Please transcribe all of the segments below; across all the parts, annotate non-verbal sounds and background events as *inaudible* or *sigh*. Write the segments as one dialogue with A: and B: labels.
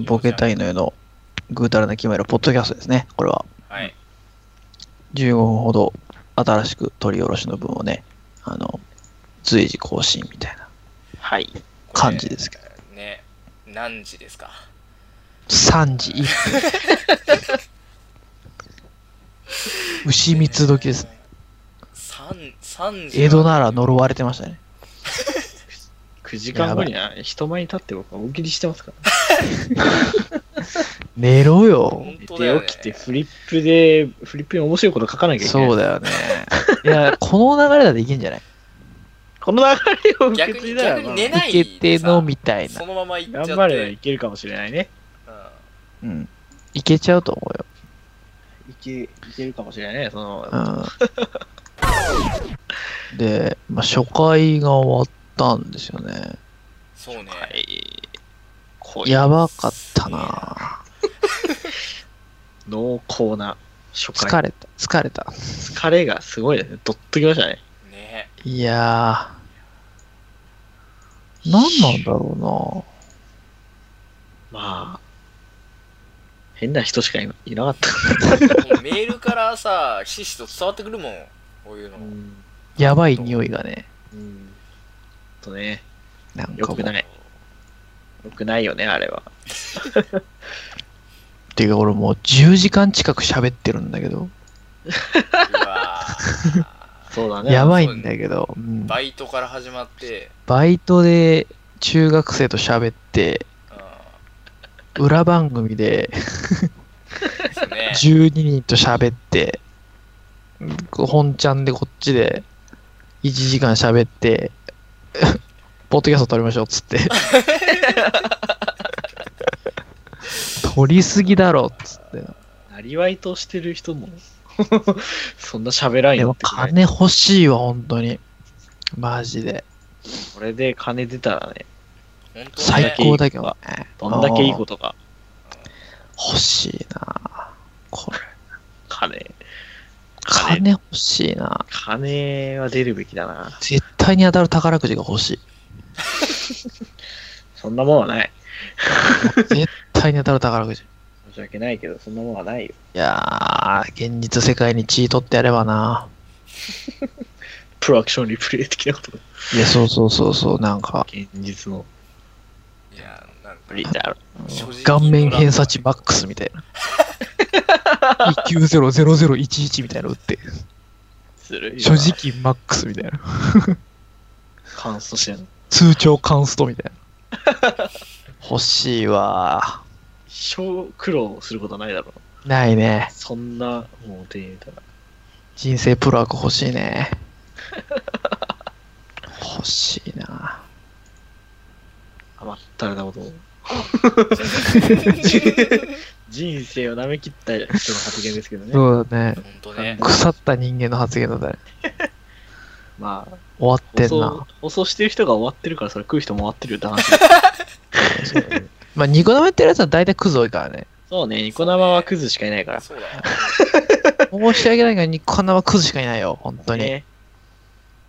A: ボケたいのよのぐうたらな決まりのポッドキャストですね、これは。
B: はい。
A: 15分ほど新しく取り下ろしの分をね、あの、随時更新みたいな
C: はい。
A: 感じですけど。
B: これ。ね、何時ですか。
A: 3時1分。 *laughs* 牛三つ時ですね。
B: 三、三時。
A: 江戸なら呪われてましたね。
C: 9時間後には人前に立って僕は大喜利してますから、
A: 寝ろよ。
B: 本
C: 寝
B: 当だよ、
C: て
B: ね。
C: 起きてフリップで、フリップに面白いこと書かなきゃいけない。
A: そうだよね。いや、この流れだといけんじゃない
C: この流れを受
B: 逆
C: け継
B: に、
C: いだら、
B: 逆に
C: まあ
B: 寝ないい。
A: けてのみたいな
B: そ。のまま行っちゃって。
C: 頑張ればいけるかもしれないね。
B: うん
A: うん。いけちゃうと思うよ。
C: いけ、いけるかもしれないね。その、
A: うん。で、まあ、初回が終わったんですよね。
B: そうね。
C: い。こういう
A: やばかったな
C: 濃厚な初
A: 疲
C: 回。
A: れた、疲れた。
C: 疲れがすごいですね。どっときましたね。
A: *laughs*
B: ね。
A: いやー。何なんだろ
C: まあ、変な人しかいないなかった。
B: もうメールからさ、ひしひしと伝わってくるもん。こういうの。
A: うなやばい匂いがね。
C: うん。とね、
A: なん
C: よ
A: かもう
C: くない。よくないよね、あれは。
A: てか俺もう10時間近く喋ってるんだけど。
B: うわー
C: そうだね。
A: やばいんだけど。うん
B: バイトから始まって、
A: バイトで中学生と喋って、
B: う
A: 裏番組で
B: ん。ですね。
A: 12人と喋って、本ちゃんでこっちで1時間喋って、 *laughs* ポッドキャスト撮りましょうっつって。撮りすぎだろっつって。
C: なりわいとしてる人も、 *laughs* そんな喋らん
A: で
C: よ
A: も
C: ってくらい。
A: 金欲しいわ、本当に。マジで。
C: これで金出たらね、
B: 本当だね
A: 最高だけどね。
C: どんだけいいことか、
A: 欲しいなこれ。
C: 金。金、
A: 金欲しいな
C: 金は出るべきだな。
A: 絶対に当たる宝くじが欲しい。
C: そんなもんはない。
A: 絶対に当たる宝くじ。
C: 申し訳ないけど、そんなもんはないよ。
A: いやー、現実世界に血取ってやればな。
C: プロアクションリプレイ的なことだ
A: いや、そうそうそうそう、なんか、
C: 現実の
B: いや、
A: *laughs*
B: なんか
C: 無理だろ。
B: 正直
A: 顔面偏差値マックスみたいな。1900011みたいなの打って、
C: す *laughs* る
A: 所持金マックスみたいな。
C: 感想してんの。
A: 通帳カンストみたいな。 *laughs* 欲しいわ
C: 一生苦労することないだろ。
A: ー。ないね。
C: そんな、もう手に入れたら。
A: 人生プロアク欲しいね。欲しいな
C: 余ったれたことを。人生を舐め切った人の発言ですけどね。
A: そうだね。
B: 本当ね。
A: 腐った人間の発言だったね。
C: まあ、
A: 終わって
C: 放
A: ん
C: 送
A: な。
C: 放送してる人が終わってるから、それ食う人も終わってるよって話。
A: *laughs* まあ、ニコ生やってるやつは大体クズ多いからね。
C: そうね、ニコ生はクズしかいないから。
B: そうだわ。
A: 申し訳ないから、ニコ生はクズしかいないよ、本当に。
C: ね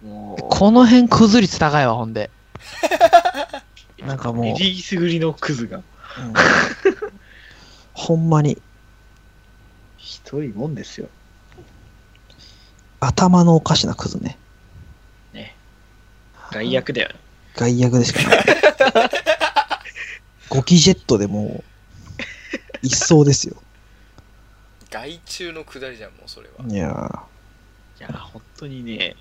C: もう、
A: この辺クズ率高いわ、ほんで。 *laughs* なんかもう
C: リ、リースぐりのクズが。
A: うんほんまに
C: ひどいもんですよ。
A: 頭のおかしなクズね。
C: ね。害悪だよね。
A: 外役でしかない。 *laughs* ゴキジェットでもう、一層ですよ。
B: 外中の下りじゃん、もうそれは。
A: いや
C: いや、本当にね、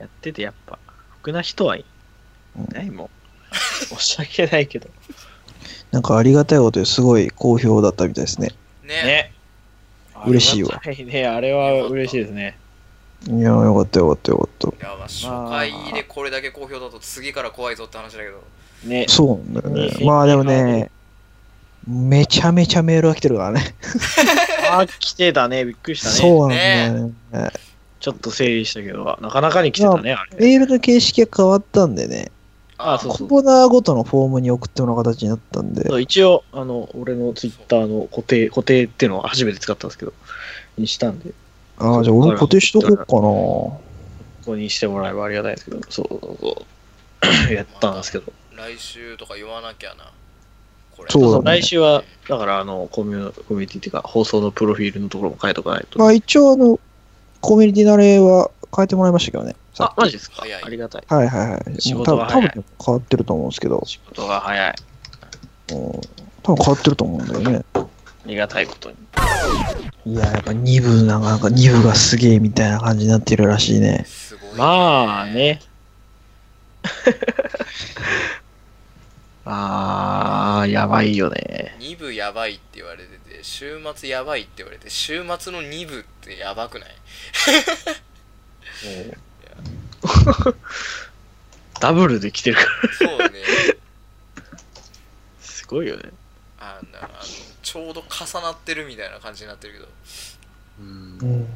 C: やっててやっぱ、ろくな人はい
A: うん
C: ないもん。申し訳ないけど。
A: なんかありがたいことですごい好評だったみたいですね。
B: ね。
C: ね。
A: 嬉しいわ
C: ありがたいね、あれは嬉しいですね。
A: いやーよかったよかったよかっ
B: いや、まあ、初回でこれだけ好評だと次から怖いぞって話だけど。
A: *laughs*
C: ね
A: た。。そうなんだよね。
C: ね
A: まあでもね、めちゃめちゃメールが来てるからね。
C: あ、来てたね、びっくりした
A: *laughs*
C: ね。
A: そうなんだよね。
C: ちょっと整理したけど、なかなかに来てたね、あれ。
A: メールの形式が変わったんでね、
C: あそう
A: コーナーごとのフォームに送ってもらう形になったんで、
C: そう一応、あの、俺のツイッターの固定、固定っていうのを初めて使ったんですけど、にしたんで、こ
A: ああ、じゃあ俺も固定しとこ
C: こにしてもらえばありがたいですけど、 *clears throat* そうそうそう。やったんですけど、
B: 来週とか言わなきゃな。これ
D: そうだね
C: そう来週は、だから、あの、コミュコミュニティっていうか、放送のプロフィールのところも変えとかないと。
A: まあ一応あの、コミュニティのあれは変えてもらいましたけどね。さ
C: あ、マジですか
B: 早い
C: ありがたい。
A: はいはいはい。
C: 仕
A: もう
C: 事
A: 多
C: が
A: 分
C: 早
A: 多
C: い
A: 分変わってると思うんですけど、
C: 仕事が早い。
A: うん多分変わってると思うんだよね。
C: ありがたいことに。
A: いや、やっぱ2部なんか、なんか2部がすげえみたいな感じになってるらしいね。
B: すごい、
C: *laughs* まあ *laughs* ね。ああ、やばいよね。
B: 2部やばいって言われてて週末やばいって言われて週末の2部ってやばく
A: *laughs*
B: ない
C: もう *laughs* ダブルで来てるから。
B: そうね
C: すごいよね。
B: あのあのちょうど重なってるみたいな感じになってるけど
C: うん
A: うん。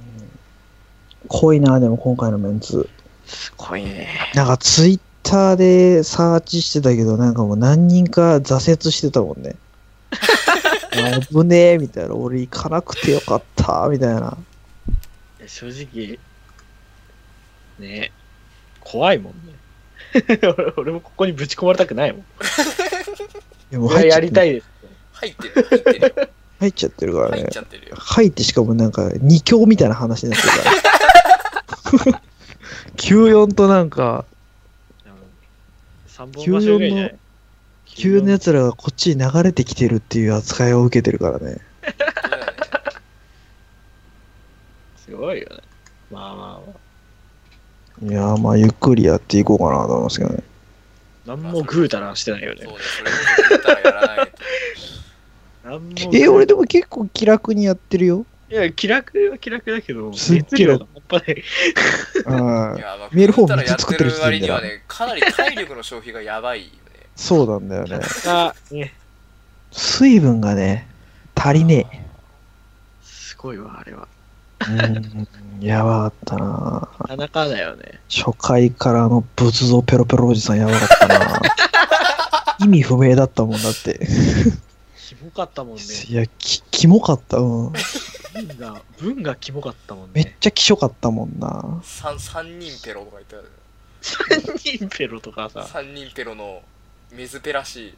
A: 濃いな、でも今回のメンツ。
C: すごいね。
A: なんかツイッターでサーチしてたけど、なんかもう何人か挫折してたもんね。あぶねえみたいな、俺行かなくてよかったみたいな。
C: 正直、ね怖いもんね。 *laughs* 俺俺もここにぶち込まれたくないもん。
A: でも
C: 俺はやりた
A: い。
C: いです。
B: 入ってる入ってるよ
A: 入っちゃってるから
B: 入
A: ね
B: っち。ゃってるよ
A: 入ってしかもなんか二強みたいな話になってるから。94となんか、
C: 3本場所ぐらいじゃない
A: 急のやつらがこっちに流れてきてるっていう扱いを受けてるから
B: そ
A: ね。
B: うだね
C: すごいよね。まあまあまあ。
A: いやーまあゆっくりやっていこうかなと思いますけどね。
C: なんもぐうたらしてないよ
B: そう
C: ね。
B: ねそれこそ出たらやらないと
A: *laughs*
C: なんも
A: えー、俺でも結構気楽にやってるよ。
C: いや、気楽は気楽だけど、
A: すっげえ
C: 熱量が半端ない。
A: うん
B: い。やまあ
A: メールフォーム
B: や
A: 三つ作ってる人
B: 割
A: い
B: に
A: るんだ
B: は
A: よ
B: ねかなり体力の消費がやばいよね
A: そうなんだよね。
C: *laughs* あ、ね、
A: 水分がね、足りね
C: すごいわ、あれは。
A: え。 *laughs* うん、やばかったな
C: なかなかだよね。
A: 初回からあの仏像ペロペロおじさんやばかった
C: *laughs*
A: な意味不明だったもんだって。
C: キモかったもんね。
A: いや、き、キモかった。うん。
C: 文が、文がキモかったもん
A: めっ
C: ね。
A: ちゃきしょかったもんな。
B: 3, 三人ペロとか言ってたよね
C: キンペロとかさ、
B: 3人ペロのメズペらしい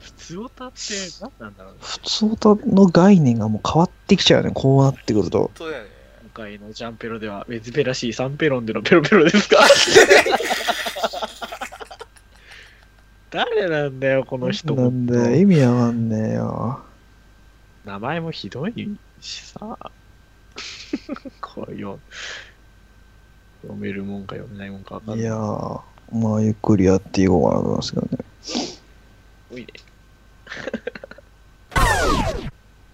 C: 普通オタって何なんだろうね。
A: 普通との概念がもう変わってきちゃうよね。こうなってくると。
B: そうだよね
C: 今回のジャンペロでは、メズペらしいサンペロンでのペロペロですか誰なんだよ、この人。
A: なんだよ、意味わかんねえよ。
C: 名前もひどいしさ。こうよ。読めるもんか読めないもんかわかん
A: い
C: ない。
A: やー、まあゆっくりやっていこうかなと思いますけどね。
C: 多いね。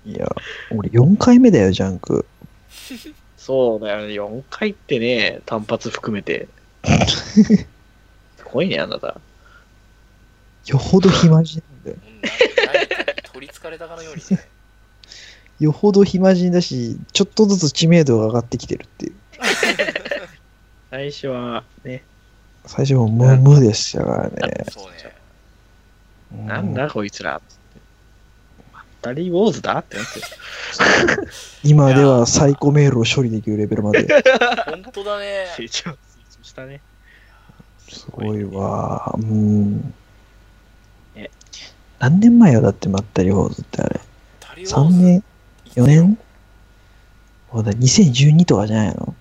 A: いや、俺4回目だよ、ジャンク。
C: そうだよね。4回ってね、単発含
A: *laughs*
C: めて。すごいね、あなた。
A: よほど暇人なんだよ。
B: もうなんか何かに取りつかれたかのように
A: *laughs*
B: ね
A: よほど暇人だし、ちょっとずつ知名度が上がってきてるっていう。
C: 最初はね、
A: 最初も無無でしたからね。
B: そうね
A: う
C: なんだこいつら。バッタリーウォーズだってなって。
A: 今ではサイコメールを処理できるレベルまで。
B: 本当だ
A: *laughs*
B: ね
C: 成長、成長したね。
A: すごいわ。うん
C: え。
A: 何年前よ、だってまったりホーズってあれ。
B: タリウ
A: 3年 ?4 年そうだ、2012とかじゃないの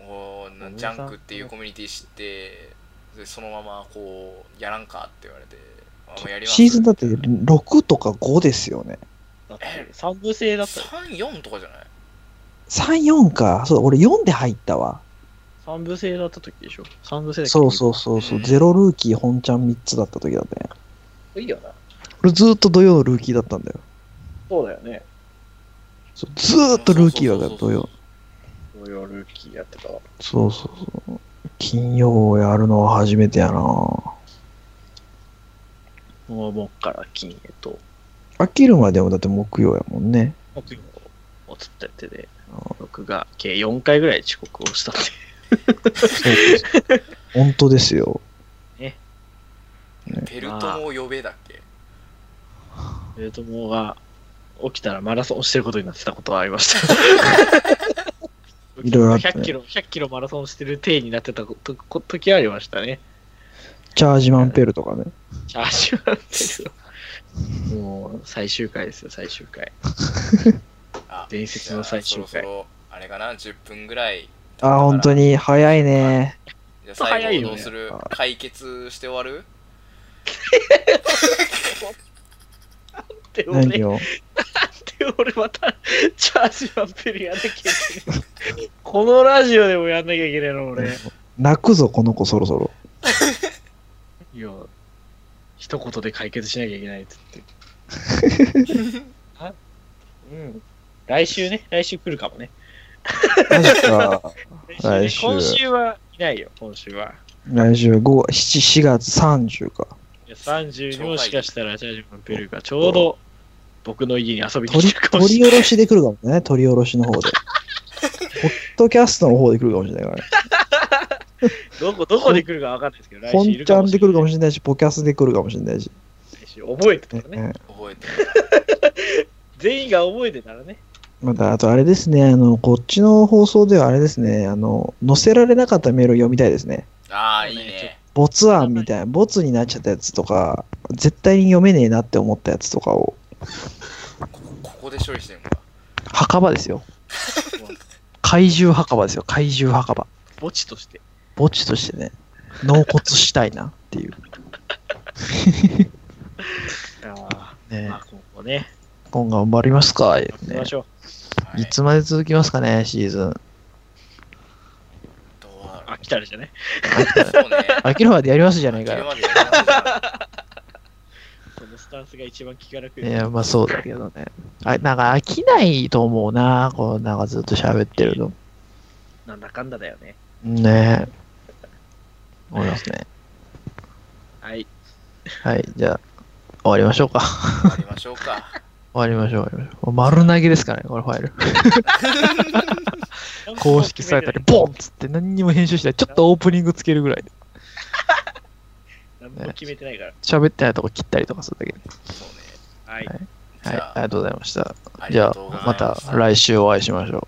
B: おーなジャンクっていうコミュニティ知ってでそのままこうやらんかって言われてあもうやります
A: シーズンだって6とか5ですよね。
C: だって三部制だったよ。
B: 34とかじゃない
A: 3、4か。そうだ、俺4で入ったわ。
C: 三部制だった時でしょ。三部制だっけ
A: そうそうそうそう。ゼロルーキー、本ちゃん3つだった時だったね。
C: う。いいよな。
A: 俺ずーっと土曜のルーキーだったんだよ。
C: そうだよね。
A: そうずーっとルーキーだから、土曜。
C: 同様ルーキーやってたわ。
A: そうそうそう。金曜やるのは初めてやな
C: もうもっから金へと。
A: 飽きるまでもだって木曜やもんね。
C: 木曜をつってやってで、僕が計4回ぐらい遅刻をしたっていう。
A: *laughs* 本当ですよ。
B: ペルトモを呼べだっけ
C: えーと、もうが起きたらマラソンしてることになってたことはありま
A: *laughs*
C: した。
A: いろいろあったね
C: 100キロ、100キロマラソンしてる体になってたことこ時はありましたね。
A: チャージマンペルとかね。
C: チャージマンペルもう最終回ですよ、最終回。
B: あ
C: 伝説の最終回
B: じゃあそろそろあれかな10分ぐらい
A: あ、本当に早いね。
B: じゃあ
C: ちょっと早い
B: 最後
C: よね
B: どうする
A: あ
B: 解決して終わる
C: で、俺、
A: 何
C: で、
A: を。
C: 俺また、チャージマンペルやんなきゃいけない。このラジオでもやんなきゃいけないの、俺。
A: 泣くぞ、この子そろそろ。
C: いや、一言で解決しなきゃいけないっつって。
A: *laughs*
C: あうん。来週ね、来週来るかもね。
A: 確 *laughs* か、
C: 来
A: 来
C: 週
A: 週
C: ね今週はいないよ、今週は。
A: 来週午後7、4月30か。
C: いや30にもしかしたらチャージマンペルがちょうど僕の家に *laughs* 遊びに
A: 取り、
C: 来てるかも
A: 取
C: し
A: り
C: れ
A: 下
C: な
A: ろしで
C: い。
A: 来るかもね。取り下ろしの方
C: *laughs*
A: で。ポッドキャストの方で来るかもしれないからね。
C: どこ、どこで来るか分かんないですけど、来週
A: 本
C: いる
A: ちゃ
C: か
A: ん
C: もし
A: で
C: れ
A: 来る
C: ない。
A: かもしれないし、ポキャスで来るかもしれないし。
C: 来週覚えてたらね。
A: ね
B: 覚
A: *laughs*
B: えて
C: 全員が覚えてたらね。
A: また、あとあれですね、あの、こっちの放送ではあれですね、あの、載せられなかったメールを読みたいですね。
B: ああいい
C: ねちょっ
B: ね
A: ボツ案みたいな、ボツになっちゃったやつとか、絶対に読めねえなって思ったやつとかを、
B: こここで処理してるのか
D: 墓場
C: *laughs*
D: ですよ怪獣墓場ですよ怪獣墓場
C: 墓地として。
A: 墓地としてね、納骨したいなっていう。
C: あー
D: ね
C: まあ、今後ね、
A: 今後頑張りますか、ね
C: やってみましょう。
B: はい
A: いつまで続きますかね、シーズン。
B: どうだろ
C: あ、来たらじゃね。
B: うそうね
A: 飽きるまでやりますじゃないか
B: 切る
A: よ。
B: までやりますか
C: このスタンスが一番気が楽
A: い
C: です
A: や、まあそうだけどね。あ、なんか飽きないと思うな、こう、なんかずっと喋ってるの。
C: なんだかんだだよね。
A: ねえ。思いますね。
C: はい。
A: はい、じゃあ、終わりましょうか。
B: らやりましょうか
A: 終わりましょう、終わりましょう。丸投げですからね、これファイル。公式サ
B: *laughs*
A: イトにボンっつって何にも編集しない。ちょっとオープニングつけるぐらいで。
C: 何も決めてないから。
A: 喋ってないとこ切ったりとかするだけで。
B: そうね
C: はい。
B: じ
A: はい、あ
B: ゃ
A: りがとうございました。
B: あ
A: じゃあ、また来
B: 週
A: 週お会いしましょ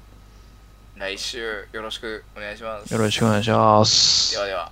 B: 来週よろしくお願いします
A: う。よろしくお願いします。
B: ではでは